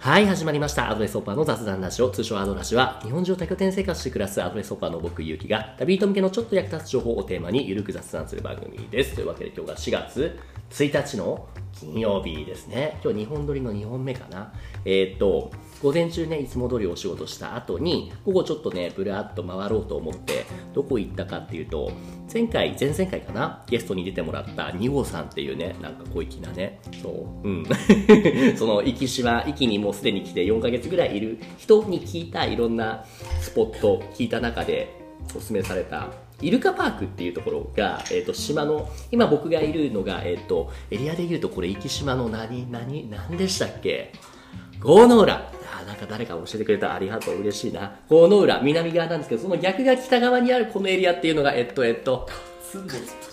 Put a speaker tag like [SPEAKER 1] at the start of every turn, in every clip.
[SPEAKER 1] はい、始まりました。アドレスオーパーの雑談ラジオ、通称アドラジは、日本中を多拠点生活して暮らすアドレスオーパーの僕、ゆうきが、旅人向けのちょっと役立つ情報をテーマに、ゆるく雑談する番組です。というわけで、今日が4月1日の金曜日ですね。今日2本撮りの2本目かな。えーっと、午前中ね、いつも通りお仕事した後に、午後ちょっとね、ぶらっと回ろうと思って、どこ行ったかっていうと、前回、前々回かな、ゲストに出てもらった2号さんっていうね、なんか小粋なね、そう、うん。 その壱岐島壱岐にもうすでに来て4ヶ月ぐらいいる人に聞いたいろんなスポット聞いた中でおすすめされたイルカパークっていうところが、えー、と島の今僕がいるのが、えー、とエリアでいうとこれ壱岐島の何何何でしたっけ郷の浦あーなんか誰か教えてくれたありがとう嬉しいな郷の浦南側なんですけどその逆が北側にあるこのエリアっていうのがえっとえっと
[SPEAKER 2] すごい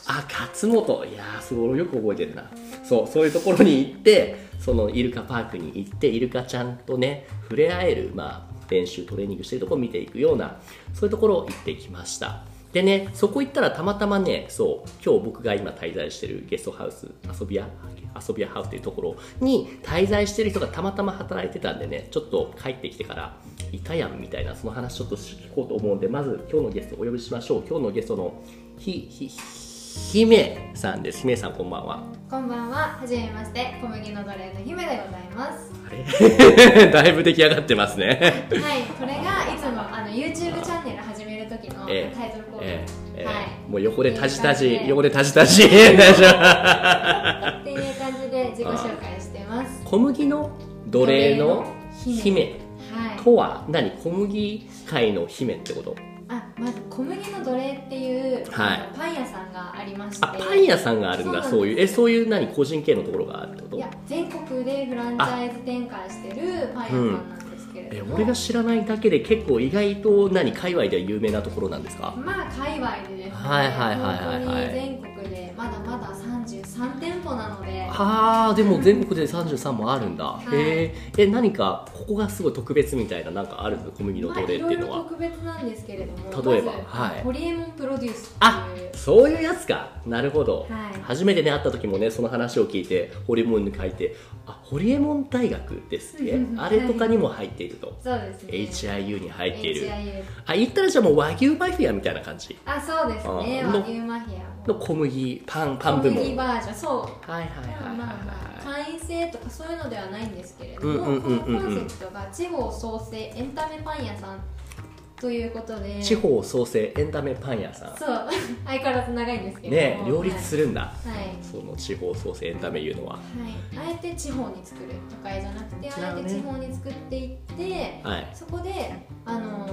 [SPEAKER 1] あ勝本いやーすごいよく覚えてるなそうそういうところに行ってそのイルカパークに行ってイルカちゃんとね触れ合える、まあ、練習トレーニングしてるところを見ていくようなそういうところを行ってきましたでねそこ行ったらたまたまねそう今日僕が今滞在してるゲストハウス遊び屋遊び屋ハウスというところに滞在してる人がたまたま働いてたんでねちょっと帰ってきてからいたやんみたいなその話ちょっと聞こうと思うんでまず今日のゲストお呼びしましょう今日のゲストのひひ姫さんです。姫さんこんばんは。
[SPEAKER 3] こんばんは、はじめまして、小麦の奴隷の姫でございます。
[SPEAKER 1] あれだいぶ出来上がってます ね。
[SPEAKER 3] はい、これがいつもあの YouTube チャンネル始める時のタ
[SPEAKER 1] ええ
[SPEAKER 3] イトルコール、
[SPEAKER 1] えええ
[SPEAKER 3] はい
[SPEAKER 1] えもう横でタジタ
[SPEAKER 3] いい
[SPEAKER 1] ジ
[SPEAKER 3] 感じ、で
[SPEAKER 1] 横でタジタジ。大丈夫
[SPEAKER 3] っていう感じで自己紹介してます。
[SPEAKER 1] 小麦の奴隷の姫
[SPEAKER 3] はい。
[SPEAKER 1] とは何？小麦界の姫ってこと？
[SPEAKER 3] あ、まず小麦の奴隷っていう、
[SPEAKER 1] はい
[SPEAKER 3] あのパン屋さんがありまして、
[SPEAKER 1] あ、パン屋さんがあるんだ。
[SPEAKER 3] そ
[SPEAKER 1] そうう
[SPEAKER 3] な
[SPEAKER 1] い
[SPEAKER 3] んです
[SPEAKER 1] うえ、そういう何個人系のところがあるってこ
[SPEAKER 3] い
[SPEAKER 1] と？
[SPEAKER 3] や全国でフランチャイズ展開してるパン屋さんなんですけれ
[SPEAKER 1] え、
[SPEAKER 3] ども、
[SPEAKER 1] 俺が知らないだけで結構意外と何界隈では有名なところなんですか？
[SPEAKER 3] まあ界隈でですね、
[SPEAKER 1] はいはいはいはいはい
[SPEAKER 3] 本当に全国でまだまだ33店舗なので、
[SPEAKER 1] はあでも全国で33もあるんだ、
[SPEAKER 3] い
[SPEAKER 1] へええ何かここがすごい特別みたいななんかあるの小麦の
[SPEAKER 3] まあ、
[SPEAKER 1] 奴隷って
[SPEAKER 3] い
[SPEAKER 1] い
[SPEAKER 3] ろい
[SPEAKER 1] の
[SPEAKER 3] うろ
[SPEAKER 1] は、
[SPEAKER 3] 特別なんですけれども
[SPEAKER 1] 例えば
[SPEAKER 3] まず
[SPEAKER 1] はい
[SPEAKER 3] ホリエモンプロデュース
[SPEAKER 1] あ
[SPEAKER 3] っていう
[SPEAKER 1] そういうやつかなるほど、
[SPEAKER 3] はい
[SPEAKER 1] 初めてね会った時もねその話を聞いてホリエモンに書いてあホリエモン大学ですね
[SPEAKER 3] うんうん
[SPEAKER 1] あれとかにも入っていると、
[SPEAKER 3] そうですね
[SPEAKER 1] HIU に入っている
[SPEAKER 3] HIU
[SPEAKER 1] あ言ったらじゃあもう和牛マフィアみたいな感じ
[SPEAKER 3] あそうですね
[SPEAKER 1] あの
[SPEAKER 3] 和牛マフィアも
[SPEAKER 1] の小麦パンパン部門
[SPEAKER 3] 小麦バージョンそう
[SPEAKER 1] はいはいはい
[SPEAKER 3] まあ
[SPEAKER 1] はい
[SPEAKER 3] まあ
[SPEAKER 1] はい
[SPEAKER 3] 会員制とかそういうのではないんですけれど
[SPEAKER 1] うん
[SPEAKER 3] も、
[SPEAKER 1] うんうんうんうん
[SPEAKER 3] このコンセプトが地方創生エンタメパン屋さんということで
[SPEAKER 1] 地方創生エンタメパン屋さん
[SPEAKER 3] そう 相変わらず長いんですけれ
[SPEAKER 1] ね
[SPEAKER 3] ども
[SPEAKER 1] 両立するんだ、
[SPEAKER 3] はい、はい
[SPEAKER 1] その地方創生エンタメいうのは
[SPEAKER 3] はい、あえて地方に作る都会じゃなくてあえて地方に作っていって、
[SPEAKER 1] はい
[SPEAKER 3] そこであの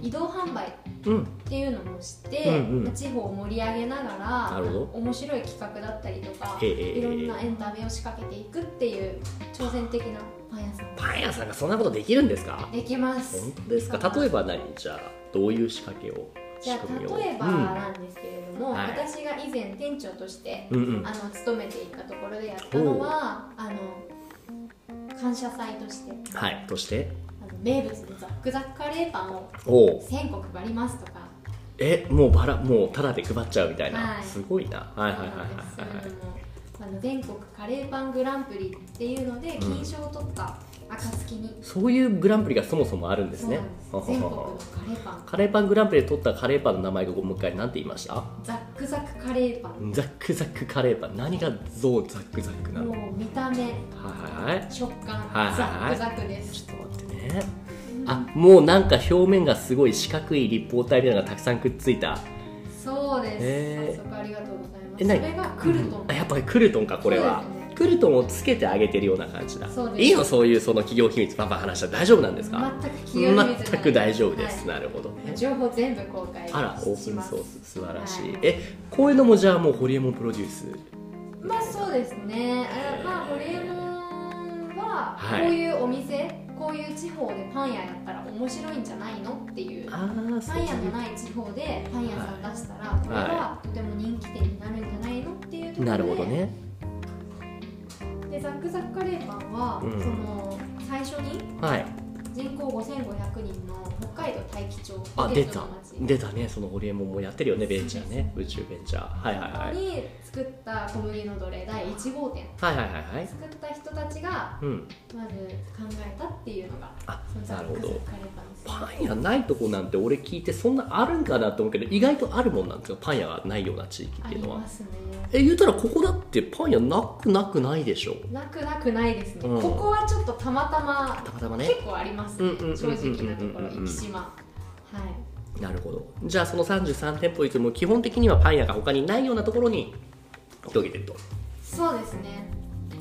[SPEAKER 3] 移動販売
[SPEAKER 1] うん
[SPEAKER 3] っていうのもして、
[SPEAKER 1] うんうん
[SPEAKER 3] 地方を盛り上げなが
[SPEAKER 1] な
[SPEAKER 3] ら
[SPEAKER 1] るほど
[SPEAKER 3] 面白い企画だったりとか、
[SPEAKER 1] へえ
[SPEAKER 3] いろんなエンタメを仕掛けていくっていう挑戦的なパン屋さん
[SPEAKER 1] パン屋さんがそんなことできるんですか
[SPEAKER 3] できます
[SPEAKER 1] 本当ですか例えば何じゃあどういう仕掛けを
[SPEAKER 3] じゃ
[SPEAKER 1] 仕組みを
[SPEAKER 3] あ例えば
[SPEAKER 1] うん
[SPEAKER 3] なんですけれども、
[SPEAKER 1] はい
[SPEAKER 3] 私が以前店長として、
[SPEAKER 1] うんうん
[SPEAKER 3] あの勤めていたところでやったのはあの感謝祭として
[SPEAKER 1] はいそして
[SPEAKER 3] あの名物のザックザックカレーパンを
[SPEAKER 1] おう
[SPEAKER 3] 全国配りますとか
[SPEAKER 1] えもうバラもうタダで配っちゃうみたいな、
[SPEAKER 3] はい
[SPEAKER 1] すごいなはいはいはいはい
[SPEAKER 3] そうなん
[SPEAKER 1] は
[SPEAKER 3] で
[SPEAKER 1] い
[SPEAKER 3] すあの全国カレーパングランプリっていうので金賞を取った暁に、
[SPEAKER 1] そういうグランプリがそもそもあるんです
[SPEAKER 3] そうな
[SPEAKER 1] ね
[SPEAKER 3] んです全国のカレーパン
[SPEAKER 1] カレーパングランプリで取ったカレーパンの名前がごもう一回何て言いました
[SPEAKER 3] ザックザクカレーパン
[SPEAKER 1] ザックザックカレーパン何がゾウザックザックなのはい
[SPEAKER 3] もう見た目
[SPEAKER 1] はいはい
[SPEAKER 3] 食感、
[SPEAKER 1] はいはいはい
[SPEAKER 3] ザックザクです
[SPEAKER 1] ちょっと待ってねあもうなんか表面がすごい四角い立方体みたいなのがたくさんくっついた
[SPEAKER 3] そうです、
[SPEAKER 1] へー
[SPEAKER 3] 早速ありがとうございます
[SPEAKER 1] え
[SPEAKER 3] そ
[SPEAKER 1] 何
[SPEAKER 3] れがクルトン、
[SPEAKER 1] あやっぱりクルトンかこれは、
[SPEAKER 3] そうですね
[SPEAKER 1] クルトンをつけてあげてるような感じだ
[SPEAKER 3] そうです
[SPEAKER 1] いいのそういうその企業秘密パンパン話したら大丈夫なんですか
[SPEAKER 3] 全く企業秘密じゃない
[SPEAKER 1] 全く大丈夫です、
[SPEAKER 3] は
[SPEAKER 1] なるほどね
[SPEAKER 3] い情報全部公開します
[SPEAKER 1] あらオープンソース素晴らしい、
[SPEAKER 3] はい
[SPEAKER 1] えこういうのもじゃあもうホリエモンプロデュース
[SPEAKER 3] まあそうですね。あまあホリエモンは
[SPEAKER 1] はい
[SPEAKER 3] こういうお店、こういう地方でパン屋やったら面白いんじゃないのっていう。
[SPEAKER 1] ああそ
[SPEAKER 3] パ
[SPEAKER 1] うい
[SPEAKER 3] ン
[SPEAKER 1] う
[SPEAKER 3] 屋のない地方でパン屋さん出したらこれはとても人気店になるんじゃないのっていうところで
[SPEAKER 1] なるほどね
[SPEAKER 3] でザックザックカレーパンは、
[SPEAKER 1] うん
[SPEAKER 3] その最初に
[SPEAKER 1] はい
[SPEAKER 3] 人口5500人の北海道大樹町
[SPEAKER 1] あ
[SPEAKER 3] ポケ
[SPEAKER 1] 出
[SPEAKER 3] ット
[SPEAKER 1] た
[SPEAKER 3] の町
[SPEAKER 1] 出たねそのホリエモンもやってるよねベンチャーね宇宙ベンチャーはいはいはい
[SPEAKER 3] に作った小麦の奴隷第1号店
[SPEAKER 1] はいはいはいはい
[SPEAKER 3] 作った人たちが
[SPEAKER 1] うん
[SPEAKER 3] まず考えたっていうのが
[SPEAKER 1] あ
[SPEAKER 3] そのザ
[SPEAKER 1] な
[SPEAKER 3] ッ
[SPEAKER 1] るほ
[SPEAKER 3] クスカレー
[SPEAKER 1] ど
[SPEAKER 3] パンです
[SPEAKER 1] パン屋ないとこなんて俺聞いてそんなあるんかなと思うけど意外とあるもんなんですよパン屋がないような地域っ
[SPEAKER 3] あ
[SPEAKER 1] てい
[SPEAKER 3] り
[SPEAKER 1] うのは
[SPEAKER 3] ますね
[SPEAKER 1] え言うたらここだってパン屋なくなくないでしょ
[SPEAKER 3] なくなくないですね、
[SPEAKER 1] うん
[SPEAKER 3] ここはちょっとたまたま
[SPEAKER 1] たまたまね
[SPEAKER 3] 結構ありますね
[SPEAKER 1] うんうんうんうん
[SPEAKER 3] 正直なところ
[SPEAKER 1] うんうんうん
[SPEAKER 3] 生島はい
[SPEAKER 1] なるほどじゃあその33店舗いつも基本的にはパン屋が他にないようなところに広げてると
[SPEAKER 3] そうですね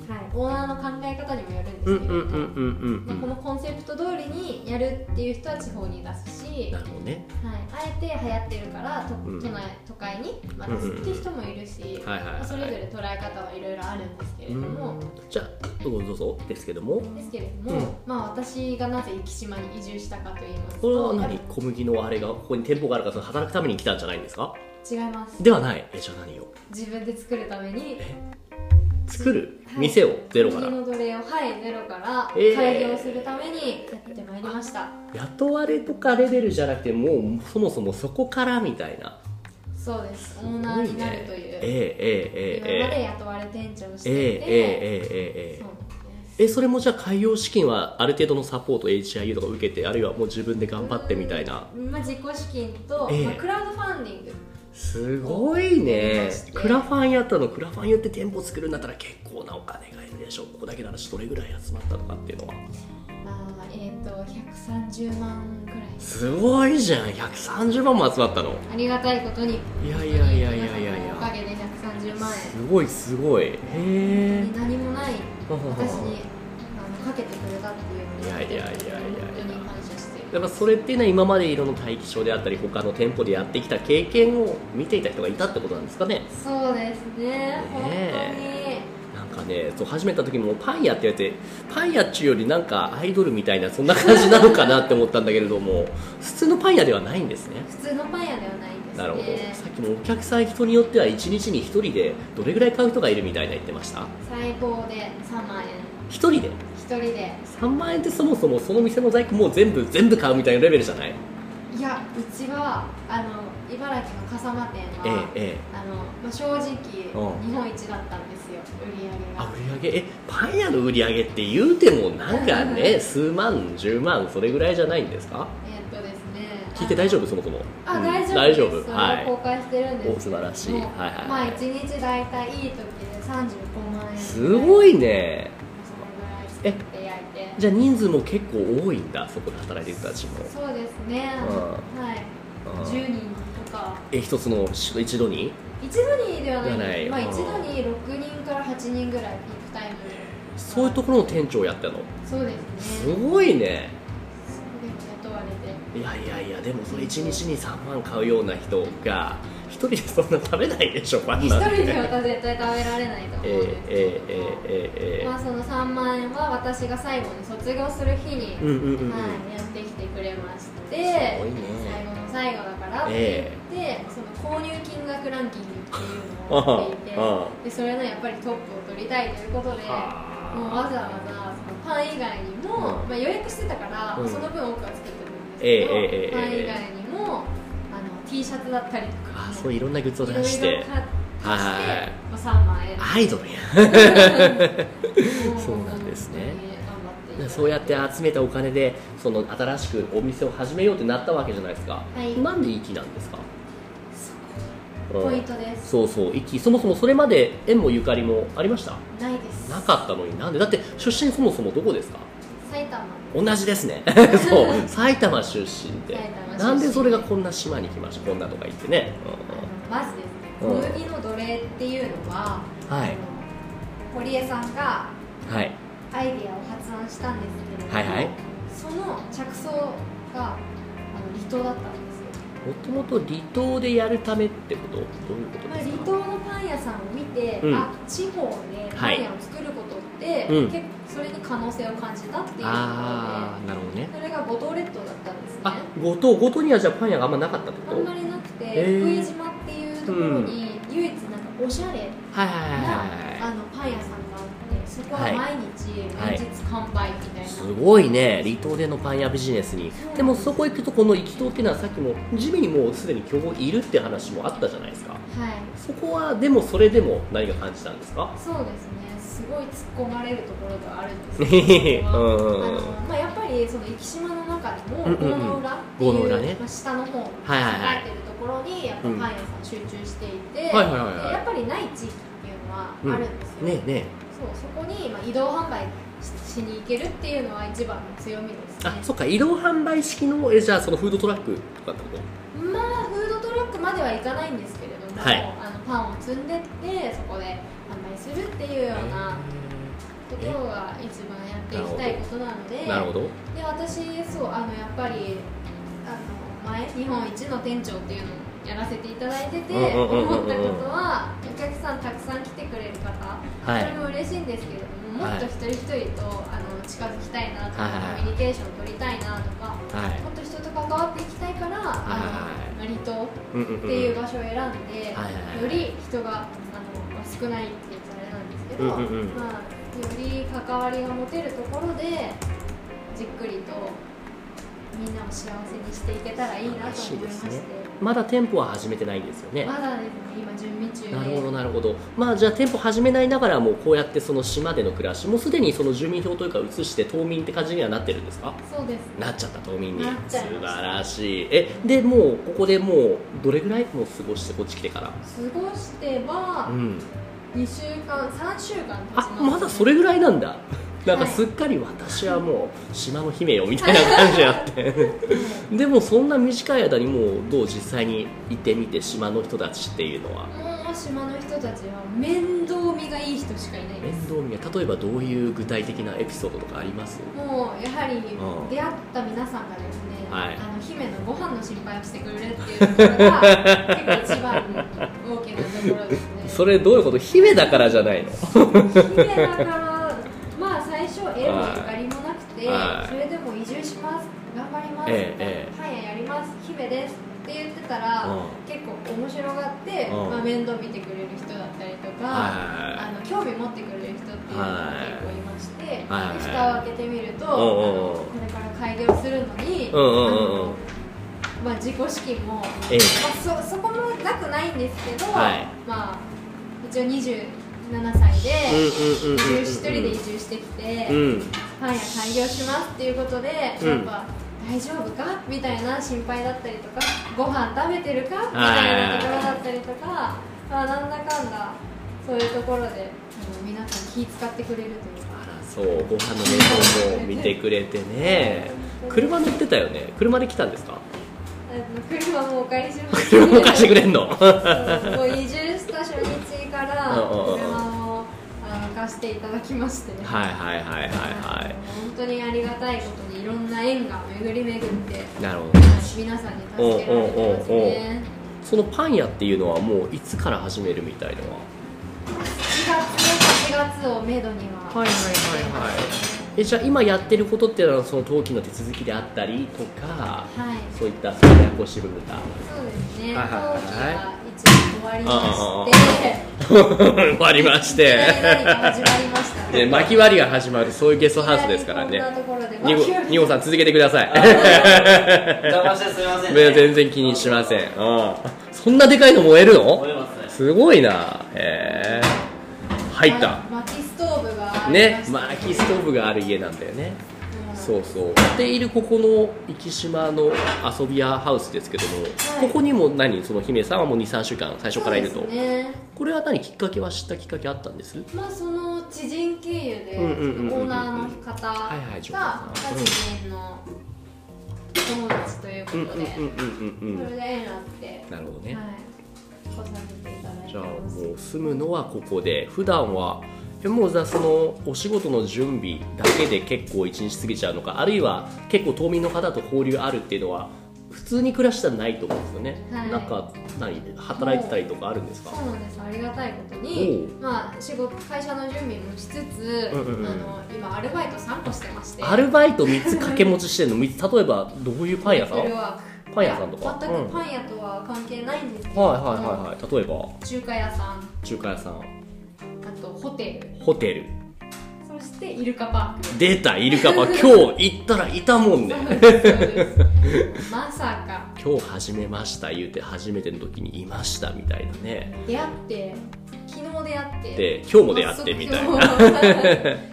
[SPEAKER 3] はいオーナーの考え方にもよるんで
[SPEAKER 1] うんう
[SPEAKER 3] す
[SPEAKER 1] ん
[SPEAKER 3] けれど、
[SPEAKER 1] うんうんう
[SPEAKER 3] でこ
[SPEAKER 1] んうん
[SPEAKER 3] のコンセプト通りにやるっていう人は地方に出すし、
[SPEAKER 1] な
[SPEAKER 3] はい、
[SPEAKER 1] るほどね
[SPEAKER 3] あえて流行ってるからと
[SPEAKER 1] うん
[SPEAKER 3] 都内都会に渡すっていう人もいるし、
[SPEAKER 1] はいはいはい
[SPEAKER 3] まあそれぞれ捉え方はいろいろあるんですけれ
[SPEAKER 1] う
[SPEAKER 3] ど
[SPEAKER 1] ん
[SPEAKER 3] も、
[SPEAKER 1] じゃあどうぞどうぞですけども
[SPEAKER 3] ですけれども、
[SPEAKER 1] うん
[SPEAKER 3] まあ、私がなぜ生島に移住したかと言います
[SPEAKER 1] これは
[SPEAKER 3] と
[SPEAKER 1] 何小麦のあれがここに店舗があるからその働くために来たんじゃないんですか
[SPEAKER 3] 違います
[SPEAKER 1] ではないえじゃあ何を
[SPEAKER 3] 自分で作るために
[SPEAKER 1] 作る
[SPEAKER 3] はい
[SPEAKER 1] 店をゼロか
[SPEAKER 3] 小
[SPEAKER 1] ら
[SPEAKER 3] 麦の奴隷をはいゼロから
[SPEAKER 1] えー
[SPEAKER 3] 開業するためにやってまいりました、
[SPEAKER 1] 雇われとかレベルじゃなくてもうそもそもそこからみたいな
[SPEAKER 3] そうですオ
[SPEAKER 1] オ
[SPEAKER 3] ーナーになるという、
[SPEAKER 1] ええええ
[SPEAKER 3] 今ま
[SPEAKER 1] え
[SPEAKER 3] で雇われ店長をして
[SPEAKER 1] ええ
[SPEAKER 3] いて、
[SPEAKER 1] えええええええ
[SPEAKER 3] そ
[SPEAKER 1] え
[SPEAKER 3] うなんです
[SPEAKER 1] えそれもじゃあ開業資金はある程度のサポート HIU とか受けてあるいはもう自分で頑張ってみたいな
[SPEAKER 3] うんまあ、自己資金と、
[SPEAKER 1] ええ
[SPEAKER 3] まあ、クラウドファンディング
[SPEAKER 1] すごいね
[SPEAKER 3] そう
[SPEAKER 1] クラファンやったのクラファンやって店舗作るんだったら結構なお金がいるでしょここだけならどれぐらい集まったとかっていうのは
[SPEAKER 3] あーえっ、と130万くらい
[SPEAKER 1] すごいじゃん130万も集まったの
[SPEAKER 3] ありがたいことに
[SPEAKER 1] いやいやいやいやいやい
[SPEAKER 3] おか
[SPEAKER 1] や
[SPEAKER 3] げで130万円
[SPEAKER 1] すごいすごいへえ
[SPEAKER 3] に何もない私にあのかけてくれたっていうの
[SPEAKER 1] い
[SPEAKER 3] に
[SPEAKER 1] やいやいやいやいや
[SPEAKER 3] 本当に感謝してる
[SPEAKER 1] やっぱそれっていうのは今までいろんな大気象であったり他の店舗でやってきた経験を見ていた人がいたってことなんですかね
[SPEAKER 3] そうですね本
[SPEAKER 1] え
[SPEAKER 3] 当
[SPEAKER 1] なんかねそう始めた時もパン屋って言われてパン屋っちゅうよりなんかアイドルみたいなそんな感じなのかなって思ったんだけれども普通のパン屋ではないんですね
[SPEAKER 3] に普通のパン屋ではないんですね
[SPEAKER 1] なるほどさっきもお客さん人によっては1日に1人でどれぐらい買う人がいるみたいな言ってました
[SPEAKER 3] 最高で3万円
[SPEAKER 1] 1人で
[SPEAKER 3] 一人で
[SPEAKER 1] 3万円ってそもそもその店の在庫もう全部全部買うみたいなレベルじゃない
[SPEAKER 3] いやうちはあの茨城の笠間店
[SPEAKER 1] え
[SPEAKER 3] は、
[SPEAKER 1] えええ
[SPEAKER 3] あのまあ、正直
[SPEAKER 1] うん
[SPEAKER 3] 日本一だったんですよ売り上げ
[SPEAKER 1] あ
[SPEAKER 3] が
[SPEAKER 1] 売り上げえパン屋の売り上げって言うてもなんか
[SPEAKER 3] うんうんう
[SPEAKER 1] ね
[SPEAKER 3] ん
[SPEAKER 1] 数万10万それぐらいじゃないんですか
[SPEAKER 3] えーっとですね
[SPEAKER 1] 聞いて大丈夫そもそも
[SPEAKER 3] あ
[SPEAKER 1] うん
[SPEAKER 3] 大丈夫
[SPEAKER 1] 大丈
[SPEAKER 3] です
[SPEAKER 1] 夫
[SPEAKER 3] そ
[SPEAKER 1] は
[SPEAKER 3] れを
[SPEAKER 1] い
[SPEAKER 3] 公開してるんです
[SPEAKER 1] お素晴らしい
[SPEAKER 3] もう
[SPEAKER 1] はいはいはい
[SPEAKER 3] まあ一日大体いい時で35万円
[SPEAKER 1] すご
[SPEAKER 3] い
[SPEAKER 1] いね
[SPEAKER 3] そのぐらい作って焼いて
[SPEAKER 1] じゃあ人数も結構多いんだそこで働いてる人たちも
[SPEAKER 3] そうですね
[SPEAKER 1] うん
[SPEAKER 3] はい
[SPEAKER 1] うん
[SPEAKER 3] 10人とか
[SPEAKER 1] え一つのし一度に
[SPEAKER 3] 一度にではない
[SPEAKER 1] では
[SPEAKER 3] ま
[SPEAKER 1] な
[SPEAKER 3] あ
[SPEAKER 1] い
[SPEAKER 3] 一
[SPEAKER 1] うん
[SPEAKER 3] 度に6人から8人ぐらいピークタイム
[SPEAKER 1] そういうところの店長やったの
[SPEAKER 3] そうです
[SPEAKER 1] す
[SPEAKER 3] ね
[SPEAKER 1] ごいね
[SPEAKER 3] それで雇われて
[SPEAKER 1] いやいやいやでもそれ一日に3万買うような人が一人でそんな食べないでしょパン
[SPEAKER 3] 一
[SPEAKER 1] なんて
[SPEAKER 3] 人では絶対食べられないと
[SPEAKER 1] え
[SPEAKER 3] 思
[SPEAKER 1] え
[SPEAKER 3] うんですけ
[SPEAKER 1] ええ
[SPEAKER 3] ど
[SPEAKER 1] ええええ
[SPEAKER 3] まあその3万円は私が最後に卒業する日に、
[SPEAKER 1] うんうんうんうん
[SPEAKER 3] はい、やってきてくれまして
[SPEAKER 1] すごいね
[SPEAKER 3] 最後の最後だからって
[SPEAKER 1] え
[SPEAKER 3] 言って、その購入金額ランキングっていうのをやっていて
[SPEAKER 1] あ
[SPEAKER 3] でそれのやっぱりトップを取りたいということでもう
[SPEAKER 1] はあ
[SPEAKER 3] わざわざそのパン以外にも、
[SPEAKER 1] うん
[SPEAKER 3] まあ、予約してたから、
[SPEAKER 1] うん
[SPEAKER 3] その分多くは作ってるんです
[SPEAKER 1] ええ
[SPEAKER 3] けど、
[SPEAKER 1] ええええ
[SPEAKER 3] パン以外にもあの T シャツだったりとか
[SPEAKER 1] あそういろんなグッズを
[SPEAKER 3] い
[SPEAKER 1] 出
[SPEAKER 3] ろいろ買って
[SPEAKER 1] して
[SPEAKER 3] ま
[SPEAKER 1] はい
[SPEAKER 3] あ3万円
[SPEAKER 1] アイドルやそ
[SPEAKER 3] そう
[SPEAKER 1] なんですね。
[SPEAKER 3] 頑張って。
[SPEAKER 1] そうやって。集めたお金でその新しくお店を始めようってなったわけじゃないですか、
[SPEAKER 3] はい
[SPEAKER 1] なんで息なんですか
[SPEAKER 3] ポイン
[SPEAKER 1] うん
[SPEAKER 3] トです。
[SPEAKER 1] そうそう息そもそもそれまで縁もゆかりもありました
[SPEAKER 3] ないです。
[SPEAKER 1] なかったのになんでだって出身そもそもどこですか
[SPEAKER 3] 埼玉。
[SPEAKER 1] 同じですね そう埼玉出身で
[SPEAKER 3] 埼玉出身
[SPEAKER 1] なんでそれがこんな島に来ましたこんなとか行ってね、う
[SPEAKER 3] まずですね。小麦の奴隷っていうのは。
[SPEAKER 1] んはい
[SPEAKER 3] あの。堀江さんが。
[SPEAKER 1] はい
[SPEAKER 3] アイディアを発案したんですけれども。
[SPEAKER 1] はいはい
[SPEAKER 3] その着想が。あの離島だったんですよ。
[SPEAKER 1] もともと離島でやるためってことどういうこと
[SPEAKER 3] まあ、
[SPEAKER 1] です
[SPEAKER 3] 離
[SPEAKER 1] か、
[SPEAKER 3] 島のパン屋さんを見て、
[SPEAKER 1] うん
[SPEAKER 3] あ地方でパン屋を作ることって、
[SPEAKER 1] うん
[SPEAKER 3] 結構それに可能性を感じたっていうところで、
[SPEAKER 1] ああなるほどね
[SPEAKER 3] それが五島列島だったんですね
[SPEAKER 1] あ五島五島にはじゃあパン屋があんまなかったってこ
[SPEAKER 3] あ
[SPEAKER 1] と
[SPEAKER 3] んまりなくて、
[SPEAKER 1] へー
[SPEAKER 3] 福江島っていうところに唯一なんかおしゃれ
[SPEAKER 1] はいはいはい
[SPEAKER 3] が
[SPEAKER 1] は
[SPEAKER 3] あのパン屋さんがあってそこは毎日
[SPEAKER 1] はい
[SPEAKER 3] 連日完売みたい
[SPEAKER 1] いす
[SPEAKER 3] な、
[SPEAKER 1] ごいね離島でのパン屋ビジネスに
[SPEAKER 3] そう
[SPEAKER 1] でもそこ行くとこの行き島っていうのはさっきも地味にもうすでに競合いるって話もあったじゃないですか
[SPEAKER 3] はい
[SPEAKER 1] そこはでもそれでも何が感じたんですか
[SPEAKER 3] そうですねすごい突っ込まれるところではあるんで す
[SPEAKER 1] う
[SPEAKER 3] けどそこはあ
[SPEAKER 1] ん
[SPEAKER 3] のまあ、やっぱりその生島の中でも
[SPEAKER 1] うんうんうん
[SPEAKER 3] 郷の裏って
[SPEAKER 1] 郷の
[SPEAKER 3] い
[SPEAKER 1] 浦
[SPEAKER 3] う、
[SPEAKER 1] ね
[SPEAKER 3] まあ、下の方栄
[SPEAKER 1] はいはいはい
[SPEAKER 3] えてるところにやっぱパン屋さん集中していて、
[SPEAKER 1] はいはいはいはい
[SPEAKER 3] でやっぱりない地域っていうのはあるんですよ、
[SPEAKER 1] ねえね
[SPEAKER 3] そうそこにまあ移動販売ししに行けるっていうのは一番の強みです
[SPEAKER 1] え
[SPEAKER 3] ね
[SPEAKER 1] あそっか移動販売式のえじゃあそのフードトラックとかってこと
[SPEAKER 3] まあフードトラックまではいかないんですけれども、
[SPEAKER 1] はい
[SPEAKER 3] あのパンを積んでってそこで販売するっていうようなところが一番やっていきたいことなので
[SPEAKER 1] なるほど
[SPEAKER 3] で私そうあのやっぱりあの前日本一の店長っていうのをやらせていただいてて
[SPEAKER 1] うんうんうんうんうん
[SPEAKER 3] 思ったことはお客さんたくさん来てくれる方、
[SPEAKER 1] はい
[SPEAKER 3] それも嬉しいんですけれどももっと一人一人とあの近づきたいなとか、
[SPEAKER 1] はいはいはい
[SPEAKER 3] コミュニケーション取りたいなとか
[SPEAKER 1] はい
[SPEAKER 3] もっと人と関わっていきたいから、あの割と
[SPEAKER 1] うんうん
[SPEAKER 3] っていう
[SPEAKER 1] うん
[SPEAKER 3] 場所を選んで、
[SPEAKER 1] はいはいはい
[SPEAKER 3] より人があのまあ少ないって言ったらあれなんですけど、
[SPEAKER 1] うんうんうん
[SPEAKER 3] まあ、より関わりが持てるところでじっくりとみんなを幸せにしていけたらいいな
[SPEAKER 1] 素晴ら
[SPEAKER 3] と
[SPEAKER 1] しい
[SPEAKER 3] 思
[SPEAKER 1] で
[SPEAKER 3] いまし
[SPEAKER 1] す
[SPEAKER 3] て、
[SPEAKER 1] ねまだ店舗は始めてないんですよね
[SPEAKER 3] まだですね今準備中で
[SPEAKER 1] なるほどなるほどまあじゃあ店舗始めないながらもこうやってその島での暮らしもうすでにその住民票というか移して島民って感じにはなってるんですか
[SPEAKER 3] そうです
[SPEAKER 1] なっちゃった島民に
[SPEAKER 3] なっち
[SPEAKER 1] 素
[SPEAKER 3] ゃいました
[SPEAKER 1] 晴らしいえでもうここでもうどれぐらいもう過ごしてこっち来てから
[SPEAKER 3] 過ごしては
[SPEAKER 1] うん
[SPEAKER 3] 2週間3週間経ちます
[SPEAKER 1] あ
[SPEAKER 3] ね、
[SPEAKER 1] まだそれぐらいなんだなんか
[SPEAKER 3] はい
[SPEAKER 1] すっかり私はもう島の姫よみたいな感じになって でもそんな短い間にもうどう実際に行ってみて島の人たちっていうのは
[SPEAKER 3] もう島の人たちは面倒見がいい人しかいないで
[SPEAKER 1] 面
[SPEAKER 3] す
[SPEAKER 1] 倒見が例えばどういう具体的なエピソードとかあります
[SPEAKER 3] もうやはり
[SPEAKER 1] ん
[SPEAKER 3] 出会った皆さんがですね、
[SPEAKER 1] はい
[SPEAKER 3] あの姫のご飯の心配をしてくれるっていうところ が結構一番の大きなところです ね。
[SPEAKER 1] それどういうこと姫だからじゃないの
[SPEAKER 3] 姫だからまあ最初縁もゆかりもなくて、
[SPEAKER 1] はい
[SPEAKER 3] それでも移住します頑張ります、
[SPEAKER 1] ええええ
[SPEAKER 3] パン屋やります姫ですって言ってたら、
[SPEAKER 1] うん
[SPEAKER 3] 結構面白がって、
[SPEAKER 1] うん
[SPEAKER 3] まあ、面倒見てくれる人だったりとか、
[SPEAKER 1] はい
[SPEAKER 3] あの興味持ってくれる人っていうのが結構いまして、
[SPEAKER 1] はい
[SPEAKER 3] で蓋を開けてみると、
[SPEAKER 1] うんうんうん
[SPEAKER 3] あのこれから開業するのに、
[SPEAKER 1] うんうんうんうん
[SPEAKER 3] あのまあ、自己資金も、
[SPEAKER 1] ええ
[SPEAKER 3] まあ、そそこもなくないんですけど、
[SPEAKER 1] はい
[SPEAKER 3] まあ、一応27
[SPEAKER 1] うんうんうんうんう
[SPEAKER 3] 歳で。
[SPEAKER 1] ん
[SPEAKER 3] 移住一人で移住してきて、
[SPEAKER 1] うん
[SPEAKER 3] パン屋開業しますっていうことで、
[SPEAKER 1] うん
[SPEAKER 3] やっぱ大丈夫かみたいな心配だったりとかご飯食べてるかみ
[SPEAKER 1] はい
[SPEAKER 3] たいなところだったりとか、まあ、なんだかんだそういうところであの皆さん気使ってくれるというか
[SPEAKER 1] あらそうご飯の面倒も見てくれてね車乗ってたよね車で来たんですか
[SPEAKER 3] あの車もお借りします
[SPEAKER 1] 車も貸してくれん の
[SPEAKER 3] そうもう移住した初日か
[SPEAKER 1] う
[SPEAKER 3] ら
[SPEAKER 1] んうんうん
[SPEAKER 3] 車をあの貸していただきましてね
[SPEAKER 1] はいはいはいはいは
[SPEAKER 3] 本当にありがたいことにいろんな縁が巡り巡って。
[SPEAKER 1] いなるほど
[SPEAKER 3] 皆さんに助けられてますね
[SPEAKER 1] そのパン屋っていうのはもういつから始めるみたいのは
[SPEAKER 3] 7月8月をめどには、
[SPEAKER 1] はいはいはいはいえじゃあ今やってることっていうのはその登記の手続きであったりとか
[SPEAKER 3] はい
[SPEAKER 1] そういったそのややこしい部分 だ
[SPEAKER 3] そうですね
[SPEAKER 1] はいはいはい
[SPEAKER 3] 登記が一応終わりまし
[SPEAKER 1] 終
[SPEAKER 3] て
[SPEAKER 1] わりま して
[SPEAKER 3] いきなり何か始まりました
[SPEAKER 1] ね、巻き割りが始まるそういうゲストハウスですからね
[SPEAKER 3] こんなところで
[SPEAKER 1] ニ
[SPEAKER 3] 巻き割
[SPEAKER 1] ゴ
[SPEAKER 3] り
[SPEAKER 1] ニゴさん続けてください
[SPEAKER 2] 邪魔してすみません、
[SPEAKER 1] いや全然気にしません、うん、そんなでかいの燃えるの
[SPEAKER 2] 思いますね
[SPEAKER 1] すごいなへえ入った
[SPEAKER 3] 薪ストーブがあり
[SPEAKER 1] ね
[SPEAKER 3] ました
[SPEAKER 1] 薪ストーブがある家なんだよね
[SPEAKER 3] うん
[SPEAKER 1] そうそうでいるここの生島の遊び屋ハウスですけども、
[SPEAKER 3] はい
[SPEAKER 1] ここにも何その姫さんはもう23週間最初からいると、
[SPEAKER 3] そうですね
[SPEAKER 1] これは何きっかけは知ったきっかけあったんです
[SPEAKER 3] まあその知人経由で
[SPEAKER 1] う
[SPEAKER 3] オ
[SPEAKER 1] んうんうんうんうん
[SPEAKER 3] ーナーの方
[SPEAKER 1] い
[SPEAKER 3] が、
[SPEAKER 1] はい情報
[SPEAKER 3] まあ
[SPEAKER 1] うん
[SPEAKER 3] 知人の友達というこ
[SPEAKER 1] うんうん
[SPEAKER 3] と
[SPEAKER 1] うん
[SPEAKER 3] で、
[SPEAKER 1] うんうんう
[SPEAKER 3] そ
[SPEAKER 1] ん
[SPEAKER 3] れで縁あって
[SPEAKER 1] なるほどね、
[SPEAKER 3] はい、来させていただい
[SPEAKER 1] じ
[SPEAKER 3] て
[SPEAKER 1] ゃあ
[SPEAKER 3] ます。
[SPEAKER 1] もう住むのはここで普段はえもうじゃあそのお仕事の準備だけで結構一日過ぎちゃうのかあるいは結構島民の方と交流あるっていうのは普通に暮らしたらないと思うんですよね、
[SPEAKER 3] はい
[SPEAKER 1] なんか何働いてたりとかあるんですか
[SPEAKER 3] そうなんですありがたいことに
[SPEAKER 1] お、
[SPEAKER 3] まあ、仕事会社の準備もしつつ、
[SPEAKER 1] うんうんうん
[SPEAKER 3] あの今アルバイト3個してまして
[SPEAKER 1] アルバイト3つ掛け持ちしてんの三つ例えばどういうパン屋さん
[SPEAKER 3] そ
[SPEAKER 1] はい
[SPEAKER 3] れ
[SPEAKER 1] はい
[SPEAKER 3] は
[SPEAKER 1] パン屋さんとか
[SPEAKER 3] 全
[SPEAKER 1] うん
[SPEAKER 3] くパン屋とは関係ないんですけど、
[SPEAKER 1] はいはいはい例えば
[SPEAKER 3] 中華屋さん
[SPEAKER 1] 中華屋さん
[SPEAKER 3] ホテル
[SPEAKER 1] ホテル
[SPEAKER 3] そしてイルカパーク
[SPEAKER 1] 出たイルカパーク今日行ったらいたもんね
[SPEAKER 3] そうですそうですまさか
[SPEAKER 1] 今日始めました言うて初めての時にいましたみたいなね
[SPEAKER 3] 出会って昨日出会って
[SPEAKER 1] で今日も出会ってみたいな
[SPEAKER 3] な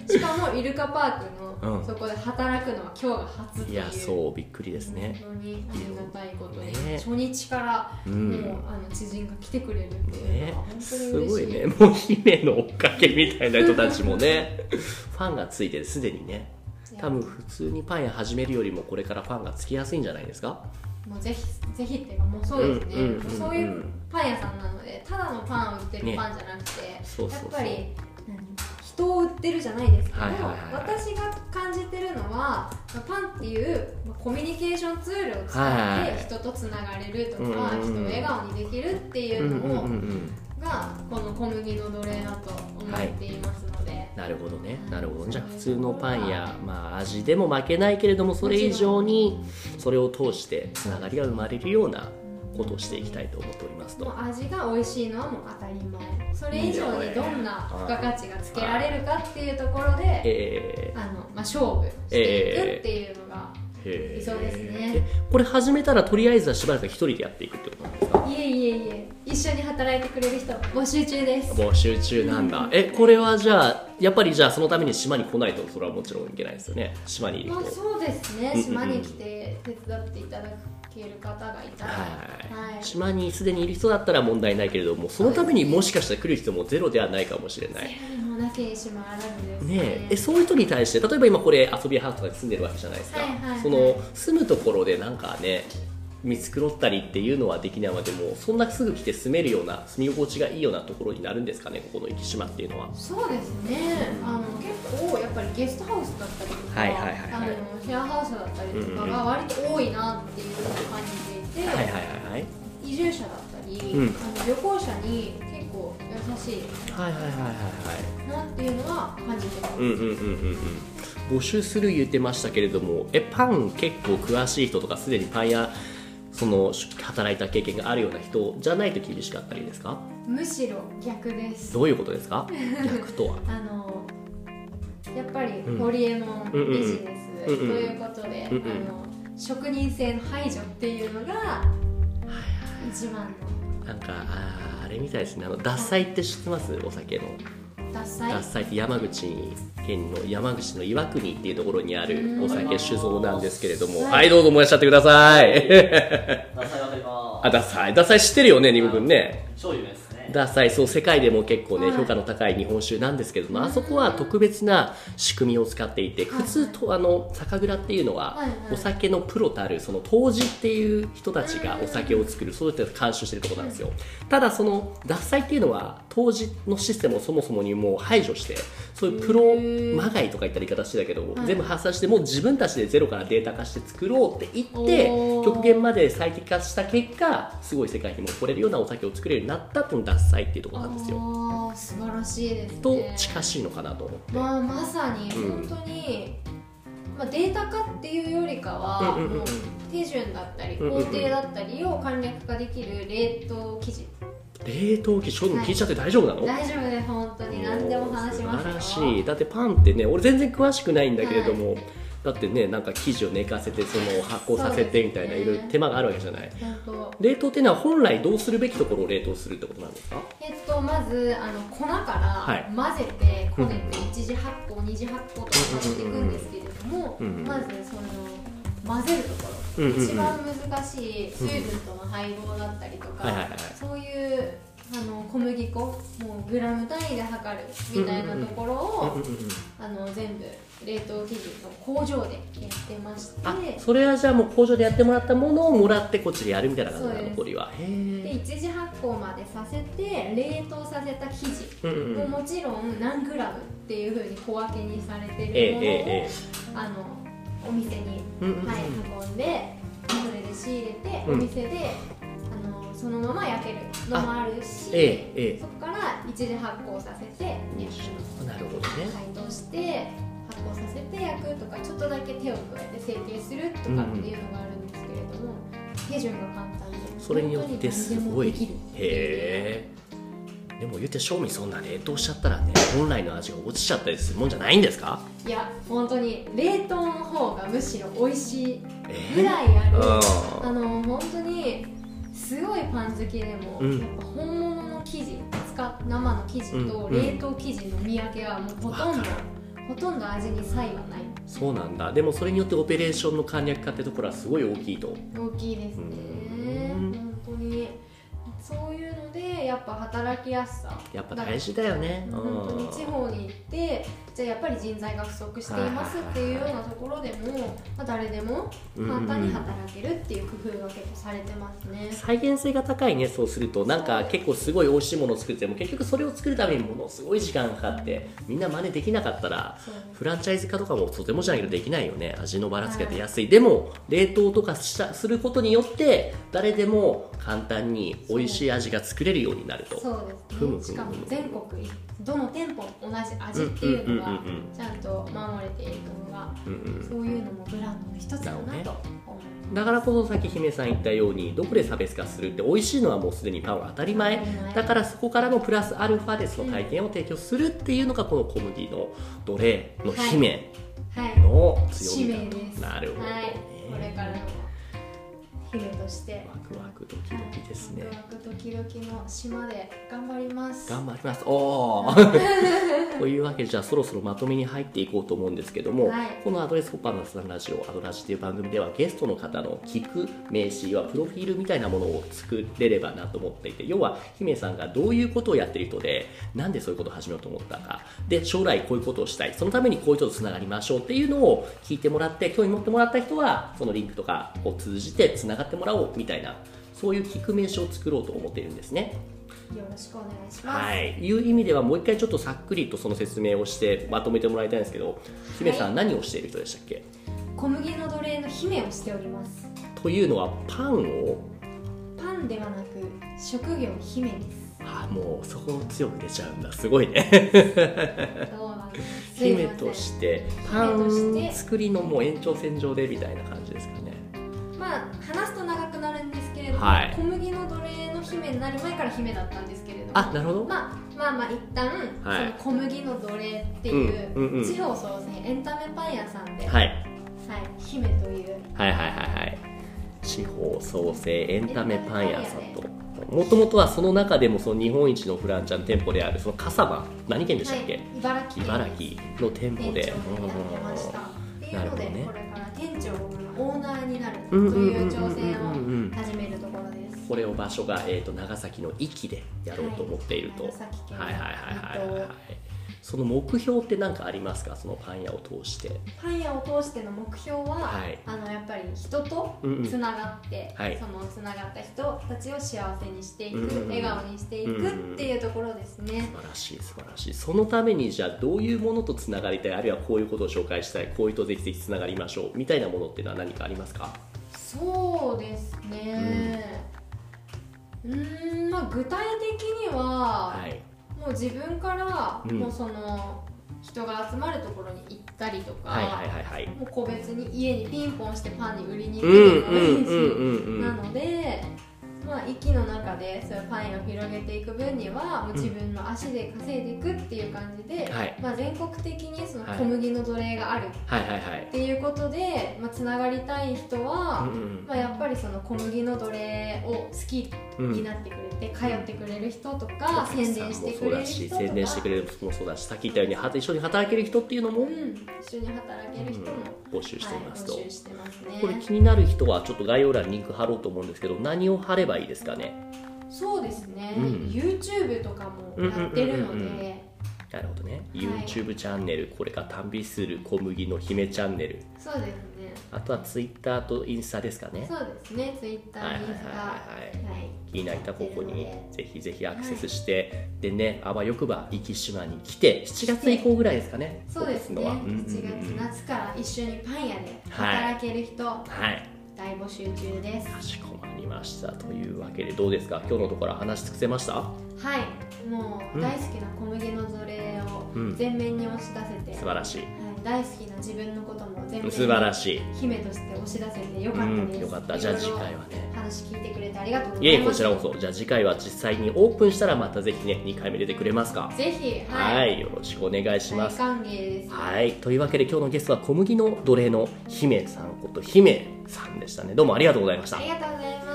[SPEAKER 3] しかもイルカパークの、
[SPEAKER 1] うん
[SPEAKER 3] そこで働くのは今日が初って
[SPEAKER 1] い
[SPEAKER 3] いう
[SPEAKER 1] やそうびっくりです
[SPEAKER 3] 本
[SPEAKER 1] ね
[SPEAKER 3] 当にありがたいことで、
[SPEAKER 1] ね
[SPEAKER 3] 初日から
[SPEAKER 1] う
[SPEAKER 3] もう、
[SPEAKER 1] ん
[SPEAKER 3] あの知人が来てくれるっていうの
[SPEAKER 1] ね
[SPEAKER 3] は本当に
[SPEAKER 1] す
[SPEAKER 3] 嬉
[SPEAKER 1] ご
[SPEAKER 3] しい
[SPEAKER 1] いねもう姫の追っかけみたいな人たちもねファンがついててすでにね
[SPEAKER 3] いや
[SPEAKER 1] 多分普通にパン屋始めるよりもこれからファンがつきやすいんじゃないですか
[SPEAKER 3] もうぜひぜひっていうかもうそうですね、
[SPEAKER 1] うんうんうんうん
[SPEAKER 3] そういうパン屋さんなのでただのパンを売ってる
[SPEAKER 1] ね
[SPEAKER 3] パンじゃなくて、
[SPEAKER 1] そうそう
[SPEAKER 3] やっ
[SPEAKER 1] そう
[SPEAKER 3] ぱり何人を売ってるじゃないですけど、
[SPEAKER 1] はいはいはい
[SPEAKER 3] 私が感じてるのはパンっていうまあコミュニケーションツー
[SPEAKER 1] はい
[SPEAKER 3] ルを
[SPEAKER 1] は
[SPEAKER 3] 使
[SPEAKER 1] いはい
[SPEAKER 3] って人とつながれるとか、
[SPEAKER 1] うんうんうん
[SPEAKER 3] 人を笑顔にできるって
[SPEAKER 1] う
[SPEAKER 3] い
[SPEAKER 1] んうんう
[SPEAKER 3] う
[SPEAKER 1] ん
[SPEAKER 3] のを、
[SPEAKER 1] うん
[SPEAKER 3] がこの小麦の奴隷だと思っていますので、
[SPEAKER 1] なるほどねなるほどじゃあ普通のパンや、まあ、味でも負けないけれどもそれ以上にそれを通してつながりが生まれるようなことをしていきたいと思っておりますと
[SPEAKER 3] もう味が美味しいのはもう当たり前それ以上にどんな付加価値がつけられるかっていうところで、
[SPEAKER 1] え
[SPEAKER 3] あのまあ、勝負していくっていうのが、
[SPEAKER 1] ー、へー
[SPEAKER 3] 理想ですね
[SPEAKER 1] これ始めたらとりあえずはしばらく一人でやっていくってことなんですか
[SPEAKER 3] いえいえいえ一緒に働いてくれる人募集中です
[SPEAKER 1] 募集中なんだえこれはじゃあやっぱりじゃあそのために島に来ないとそれはもちろんいけないですよね島にいる
[SPEAKER 3] まあ
[SPEAKER 1] 人
[SPEAKER 3] そうですね
[SPEAKER 1] うんうんうん
[SPEAKER 3] 島に来て手伝っていただける方がいたら、
[SPEAKER 1] はい、
[SPEAKER 3] はい
[SPEAKER 1] 島にすでにいる人だったら問題ないけれどもそのためにもしかしたら来る人もゼロではないかもしれない
[SPEAKER 3] もうなきにしもあらずですね
[SPEAKER 1] ねええそういう人に対して例えば今これ遊びハウスとかに住んでるわけじゃないですか、
[SPEAKER 3] はいはいはい
[SPEAKER 1] その住むところでなんかね見繕ったりっていうのはできないまでもそんなすぐ来て住めるような住み心地がいいようなところになるんですかねここの生島っていうのは
[SPEAKER 3] そうですねあの結構やっぱりゲストハウスだったりとか、
[SPEAKER 1] はいはいはいはい
[SPEAKER 3] あのシェアハウスだったりとかが割と多いなっていうのを感じていて、
[SPEAKER 1] はいはいはいはい
[SPEAKER 3] 移住者だったり、
[SPEAKER 1] うん
[SPEAKER 3] あの旅行者に結構優しい
[SPEAKER 1] はいはいはいはいはい
[SPEAKER 3] なっていうのは感じてます、
[SPEAKER 1] うんうんうんうんうん募集する言ってましたけれどもえパン結構詳しい人とかすでにパン屋その働いた経験があるような人じゃないと厳しかったりですか
[SPEAKER 3] むしろ逆です
[SPEAKER 1] どういうことです か逆とは
[SPEAKER 3] あのやっぱり
[SPEAKER 1] うん
[SPEAKER 3] ホリエモンビジネスと
[SPEAKER 1] うんうんうん
[SPEAKER 3] いうことで、
[SPEAKER 1] うんうん
[SPEAKER 3] あの職人性の排除っていうのが一番
[SPEAKER 1] なんかあーあれみたいですねあの獺祭って知ってますお酒の
[SPEAKER 3] の獺祭
[SPEAKER 1] 獺祭って山口県の山口の岩国っていうところにあるお酒酒造なんですけれども
[SPEAKER 3] はい
[SPEAKER 1] はいどうぞ燃やしちゃってください
[SPEAKER 2] ダサいわかりま
[SPEAKER 1] あ獺祭獺祭知ってるよね二部君ね
[SPEAKER 2] す。超有名ですね。
[SPEAKER 1] 獺祭そう世界でも結構ね、
[SPEAKER 3] はい
[SPEAKER 1] 評価の高い日本酒なんですけどもあそこは特別な仕組みを使っていて
[SPEAKER 3] はい
[SPEAKER 1] 普通とあの酒蔵っていうのは、
[SPEAKER 3] はいはい
[SPEAKER 1] お酒のプロたるその杜氏っていう人たちがお酒を作るそうやって監修してるところなんですよただその獺祭っていうのは杜氏のシステムをそもそもにもう排除してそういうプロまがいとか言ったら言い方してたけど
[SPEAKER 3] はい
[SPEAKER 1] 全部発散してもう自分たちでゼロからデータ化して作ろうって言って
[SPEAKER 3] おー
[SPEAKER 1] 極限まで最適化した結果すごい世界にも誇れるようなお酒を作れるようになったっていうのが獺祭っていうところなんですよ。
[SPEAKER 3] あー素晴らしいですね
[SPEAKER 1] と近しいのかなと思って。
[SPEAKER 3] まあまさに
[SPEAKER 1] うん
[SPEAKER 3] 本当に、まあ、データ化っていうよりかは、
[SPEAKER 1] うんうんうん
[SPEAKER 3] もう手順だったり
[SPEAKER 1] うん
[SPEAKER 3] 工
[SPEAKER 1] うんうん
[SPEAKER 3] 程だったりを簡略化できる冷凍生地、
[SPEAKER 1] 冷凍機、しょう聞いちゃって大丈夫なの、
[SPEAKER 3] 大丈夫です本当に何でも話します
[SPEAKER 1] 素
[SPEAKER 3] よ
[SPEAKER 1] 晴らしいだってパンってね俺全然詳しくないんだけれども、だってねなんか生地を寝かせてその発酵させてみたいな
[SPEAKER 3] そう
[SPEAKER 1] い
[SPEAKER 3] ですね
[SPEAKER 1] ろいろ手間があるわけじゃない
[SPEAKER 3] 本当
[SPEAKER 1] 冷凍っていうのは本来どうするべきところを冷凍するってことなんですか
[SPEAKER 3] えっとまずあの粉から
[SPEAKER 1] い
[SPEAKER 3] 混ぜてこね
[SPEAKER 1] うん
[SPEAKER 3] て1次発酵2次発酵とかしていくんですけれども、
[SPEAKER 1] うんうんうん
[SPEAKER 3] まずその混ぜるところ、
[SPEAKER 1] うんうんうん
[SPEAKER 3] 一番難しい水分との配合だったりとか、
[SPEAKER 1] はいはいはい
[SPEAKER 3] そういうあの小麦粉もうグラム単位で測るみたいなところを、
[SPEAKER 1] うんうんうん
[SPEAKER 3] あの全部冷凍生地の工場でやってまして
[SPEAKER 1] あそれはじゃあもう工場でやってもらったものをもらってこっちでやるみたいな感じな
[SPEAKER 3] そう
[SPEAKER 1] の
[SPEAKER 3] です
[SPEAKER 1] 残りはへ
[SPEAKER 3] で
[SPEAKER 1] え
[SPEAKER 3] 1次発酵までさせて冷凍させた生
[SPEAKER 1] う
[SPEAKER 3] 地
[SPEAKER 1] んうんうん
[SPEAKER 3] ももちろん何グラムっていうふうに小分けにされて
[SPEAKER 1] ええ
[SPEAKER 3] るものを、
[SPEAKER 1] ええ
[SPEAKER 3] あのお店に、
[SPEAKER 1] うんうんうん
[SPEAKER 3] はい、運んでそれで仕入れて、
[SPEAKER 1] うん
[SPEAKER 3] お店であのそのまま焼けるのもあるし
[SPEAKER 1] ええええ
[SPEAKER 3] そこから一次発酵させて焼く
[SPEAKER 1] ええなるほどね
[SPEAKER 3] 解凍して発酵させて焼くとかちょっとだけ手を加えて成形するとかっていうのがあるんですけれども、手順が簡単で
[SPEAKER 1] それによってすごい
[SPEAKER 3] 本当に何でもできるっていう
[SPEAKER 1] へえでも言って賞味そんな冷凍しちゃったらね本来の味が落ちちゃったりするもんじゃないんですか
[SPEAKER 3] いや本当に冷凍の方がむしろ美味しい
[SPEAKER 1] え
[SPEAKER 3] ぐらいある、
[SPEAKER 1] うん
[SPEAKER 3] あの本当にすごいパン好きでも、
[SPEAKER 1] うん
[SPEAKER 3] やっぱ本物の生地使っ生の生地と
[SPEAKER 1] うんうん
[SPEAKER 3] 冷凍生地の見分けはもうほとん
[SPEAKER 1] わ
[SPEAKER 3] ど
[SPEAKER 1] かる
[SPEAKER 3] ほとんど味に差異はない
[SPEAKER 1] そうなんだでもそれによってオペレーションの簡略化ってところはすごい大きいと
[SPEAKER 3] 大きいですね
[SPEAKER 1] うん
[SPEAKER 3] 本当にそういうのでやっぱ働きやすさ
[SPEAKER 1] やっぱ大事だよねうん
[SPEAKER 3] 本当に地方に行ってじゃあやっぱり人材が不足していますっていうようなところでも、まあ、誰でも簡単に働けるっていう工夫が結構されてますね。
[SPEAKER 1] 再現性が高いねそうするとなんか結構すごい美味しいものを作っても結局それを作るためにものすごい時間がかかってみんな真似できなかったら
[SPEAKER 3] そう
[SPEAKER 1] フランチャイズ化とかもとてもじゃないけどできないよね味のばらつきが出やすい、でも冷凍とかしたすることによって誰でも簡単に美味しい味が作れるようになるとふ
[SPEAKER 3] そう
[SPEAKER 1] むふ
[SPEAKER 3] で
[SPEAKER 1] む
[SPEAKER 3] すね、しかも全国どの店舗も同じ味っていう
[SPEAKER 1] うんう
[SPEAKER 3] の
[SPEAKER 1] ん
[SPEAKER 3] が
[SPEAKER 1] うんうん
[SPEAKER 3] ちゃんと守れているのが
[SPEAKER 1] うんうん
[SPEAKER 3] そういうのもブランドの一つだなと思う
[SPEAKER 1] だからこそさっき姫さん言ったようにどこで差別化するって美味しいのはもうすでにパンは当たり前
[SPEAKER 3] 当たり前
[SPEAKER 1] だからそこからのプラスアルファでその体験を提供するっていうのがこのコムディの奴隷の姫
[SPEAKER 3] はい、
[SPEAKER 1] の強
[SPEAKER 3] 使
[SPEAKER 1] み
[SPEAKER 3] 命です
[SPEAKER 1] だ、なるほどね、
[SPEAKER 3] はい、これからの姫として
[SPEAKER 1] ワクワクドキドキですね
[SPEAKER 3] ワクワクドキドキの島で頑張ります
[SPEAKER 1] 頑張りますおー というわけでじゃあそろそろまとめに入っていこうと思うんですけども、
[SPEAKER 3] はい
[SPEAKER 1] この「アドレスホッパーのさんラジオ」「アドラジ」という番組ではゲストの方の聞く名詞はプロフィールみたいなものを作れればなと思っていて要は姫さんがどういうことをやってる人でなんでそういうことを始めようと思ったかで将来こういうことをしたいそのためにこういう人とつながりましょうっていうのを聞いてもらって興味持ってもらった人はそのリンクとかを通じてつながってもらおうみたいなそういう聞く名詞を作ろうと思っているんですね。
[SPEAKER 3] よろしくお願いします、
[SPEAKER 1] はい、いう意味ではもう一回ちょっとさっくりとその説明をしてまとめてもらいたいんですけど姫さん何をしている人でしたっけ、
[SPEAKER 3] 小麦の奴隷の姫をしております
[SPEAKER 1] というのはパンを
[SPEAKER 3] パンではなく職業 姫です
[SPEAKER 1] あもうそこを強く出ちゃうんだすごいね
[SPEAKER 3] そうなんですすい
[SPEAKER 1] 姫
[SPEAKER 3] ません
[SPEAKER 1] としてパン
[SPEAKER 3] 姫として
[SPEAKER 1] 作りのもう延長線上でみたいな感じですかね
[SPEAKER 3] まあ話すと長くなるんですけれども、
[SPEAKER 1] はい
[SPEAKER 3] 小麦の奴隷の姫になる前から姫だったんですけれども
[SPEAKER 1] あなるほど、
[SPEAKER 3] まあまあまあ一旦、
[SPEAKER 1] はい
[SPEAKER 3] その小麦の奴隷っていう,、
[SPEAKER 1] うんうんうん
[SPEAKER 3] 地方創生エンタメパン屋さんで、
[SPEAKER 1] はい、
[SPEAKER 3] はい姫という
[SPEAKER 1] はいはいはいはい地方創生エンタメパン屋さんともともとはその中でもその日本一のフランチャン店舗であるその笠間何県でしたっけ、
[SPEAKER 3] はい、茨城県
[SPEAKER 1] 茨城の店舗で
[SPEAKER 3] 店長をやってましたっていうので、
[SPEAKER 1] なるほど
[SPEAKER 3] これから店長のオーナーになると
[SPEAKER 1] うんうんうんうんうん
[SPEAKER 3] いう挑戦を始めるところです
[SPEAKER 1] これを場所が、えー、と長崎の壱岐でやろうと思っていると、は
[SPEAKER 3] はいい、長崎県
[SPEAKER 1] はいはいはいはいはいその目標って何かありますかそのパン屋を通して
[SPEAKER 3] パン屋を通しての目標は、
[SPEAKER 1] はい
[SPEAKER 3] あのやっぱり人と
[SPEAKER 1] うんうん
[SPEAKER 3] つながって、
[SPEAKER 1] はい
[SPEAKER 3] そのつながった人たちを幸せにしていく、
[SPEAKER 1] うんうんうん
[SPEAKER 3] 笑顔にしていくっていうところですね
[SPEAKER 1] 素、晴らしい素晴らしいそのためにじゃあどういうものとつながりたいあるいはこういうことを紹介したいこういう人ぜひぜひつながりましょうみたいなものっていうのは何かありますか
[SPEAKER 3] そうですねうーんまあ具体的には、
[SPEAKER 1] はい
[SPEAKER 3] もう自分から、
[SPEAKER 1] うん
[SPEAKER 3] もうその人が集まるところに行ったりとか、
[SPEAKER 1] はいはいはいはい
[SPEAKER 3] もう個別に家にピンポンしてパンに売りに行
[SPEAKER 1] う
[SPEAKER 3] く
[SPEAKER 1] んうん
[SPEAKER 3] の
[SPEAKER 1] う
[SPEAKER 3] もい
[SPEAKER 1] ん
[SPEAKER 3] いし、
[SPEAKER 1] うんう
[SPEAKER 3] なんので、まあ、息の中でそういうパンを広げていく分にはもう自分の足で稼いでいくっていう感じで、
[SPEAKER 1] はい
[SPEAKER 3] まあ、全国的にその小麦の奴隷があるっ
[SPEAKER 1] はいはいはい
[SPEAKER 3] ていうことで、まあ、つながりたい人は。
[SPEAKER 1] うんうん
[SPEAKER 3] まあ、やっぱりその小麦の奴隷を好き
[SPEAKER 1] うん
[SPEAKER 3] になってくれて、通ってくれる人とか、宣伝してく
[SPEAKER 1] そう
[SPEAKER 3] れ
[SPEAKER 1] だ
[SPEAKER 3] る
[SPEAKER 1] し
[SPEAKER 3] 人とか
[SPEAKER 1] 宣伝してくれる人もそうだしさっき言ったようには一緒に働ける人っていうのも、
[SPEAKER 3] うん、一緒に働ける人も、
[SPEAKER 1] うん募集していますと、
[SPEAKER 3] はい、募集してますね
[SPEAKER 1] これ気になる人はちょっと概要欄にリンク貼ろうと思うんですけど何を貼ればいいですかね
[SPEAKER 3] そうですね、
[SPEAKER 1] うん
[SPEAKER 3] YouTube とかもやってるので、
[SPEAKER 1] うんうんうんうんなるほどね、
[SPEAKER 3] い
[SPEAKER 1] YouTube チャンネルこれから単美する小麦の姫チャンネル
[SPEAKER 3] そうです
[SPEAKER 1] あとは Twitter とインスタですか
[SPEAKER 3] ね
[SPEAKER 1] ね
[SPEAKER 3] そうですね Twitter
[SPEAKER 1] はいはい
[SPEAKER 3] インスタ
[SPEAKER 1] はいはい
[SPEAKER 3] はい
[SPEAKER 1] 気になったここに
[SPEAKER 3] やってるので
[SPEAKER 1] ぜひぜひアクセスして、でねあわよくば壱岐島に来て7月以降ぐらいですかね
[SPEAKER 3] そうですね
[SPEAKER 1] オープン
[SPEAKER 3] 7
[SPEAKER 1] するのはうんうんうん
[SPEAKER 3] 月夏から一緒にパン屋で
[SPEAKER 1] はい
[SPEAKER 3] 働ける人、
[SPEAKER 1] はい
[SPEAKER 3] 大募集中です
[SPEAKER 1] かしこまりましたというわけでどうですか今日のところは話し尽くせました
[SPEAKER 3] はいも
[SPEAKER 1] う
[SPEAKER 3] うん大好きな小麦の奴隷
[SPEAKER 1] うん
[SPEAKER 3] を全面に押し出せて、
[SPEAKER 1] 素
[SPEAKER 3] は
[SPEAKER 1] 晴らしい
[SPEAKER 3] い、大好きな自分のことも全面に
[SPEAKER 1] 素晴らしい
[SPEAKER 3] 姫として押し出せてよかった
[SPEAKER 1] う
[SPEAKER 3] です、
[SPEAKER 1] ん、よかったじゃあ次
[SPEAKER 3] いろいろ
[SPEAKER 1] 回はね
[SPEAKER 3] 話話聞いてくれてありがとうございます
[SPEAKER 1] いえいえ、こちらこそ。じゃあ次回は実際にオープンしたらまたぜひね、2回目出てくれますか。
[SPEAKER 3] ぜひ
[SPEAKER 1] は
[SPEAKER 3] はい
[SPEAKER 1] い、よろしくお願いしま
[SPEAKER 3] 大
[SPEAKER 1] す。
[SPEAKER 3] 歓迎です
[SPEAKER 1] はい、というわけで今日のゲストは小麦の奴隷の姫さんこと姫さんでしたね。どうもありがとうございました
[SPEAKER 3] あ。りがとうございます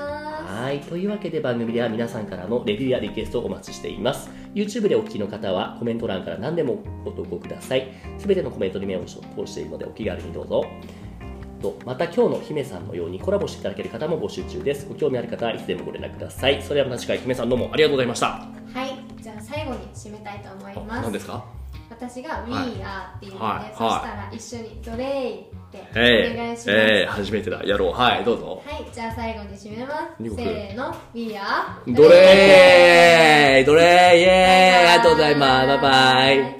[SPEAKER 1] はい。というわけで番組では皆さんからのレビューやリクエストをお待ちしています。YouTube でお聞きの方はコメント欄から何でもご投稿ください。すべてのコメントに目を通しているのでお気軽にどうぞ。とまた今日の姫さんのようにコラボしていただける方も募集中です。ご興味ある方はいつでもご連絡ください。それではまた次回姫さんどうもありがとうございました。
[SPEAKER 3] はいじゃあ最後に締めたいと思いま
[SPEAKER 1] 何
[SPEAKER 3] す
[SPEAKER 1] ですか
[SPEAKER 3] 私が「We
[SPEAKER 1] はい
[SPEAKER 3] are」っていうので、
[SPEAKER 1] はい
[SPEAKER 3] そしたら一緒に「奴隷」って
[SPEAKER 1] え
[SPEAKER 3] お願いします、
[SPEAKER 1] ええ初めてだ。やろう。はい、どうぞ。
[SPEAKER 3] はいじゃあ最後に締めます
[SPEAKER 1] 二
[SPEAKER 3] せ
[SPEAKER 1] 国
[SPEAKER 3] ーの「We are」
[SPEAKER 1] 奴隷奴隷イエーイありがとうございます。バイバイ。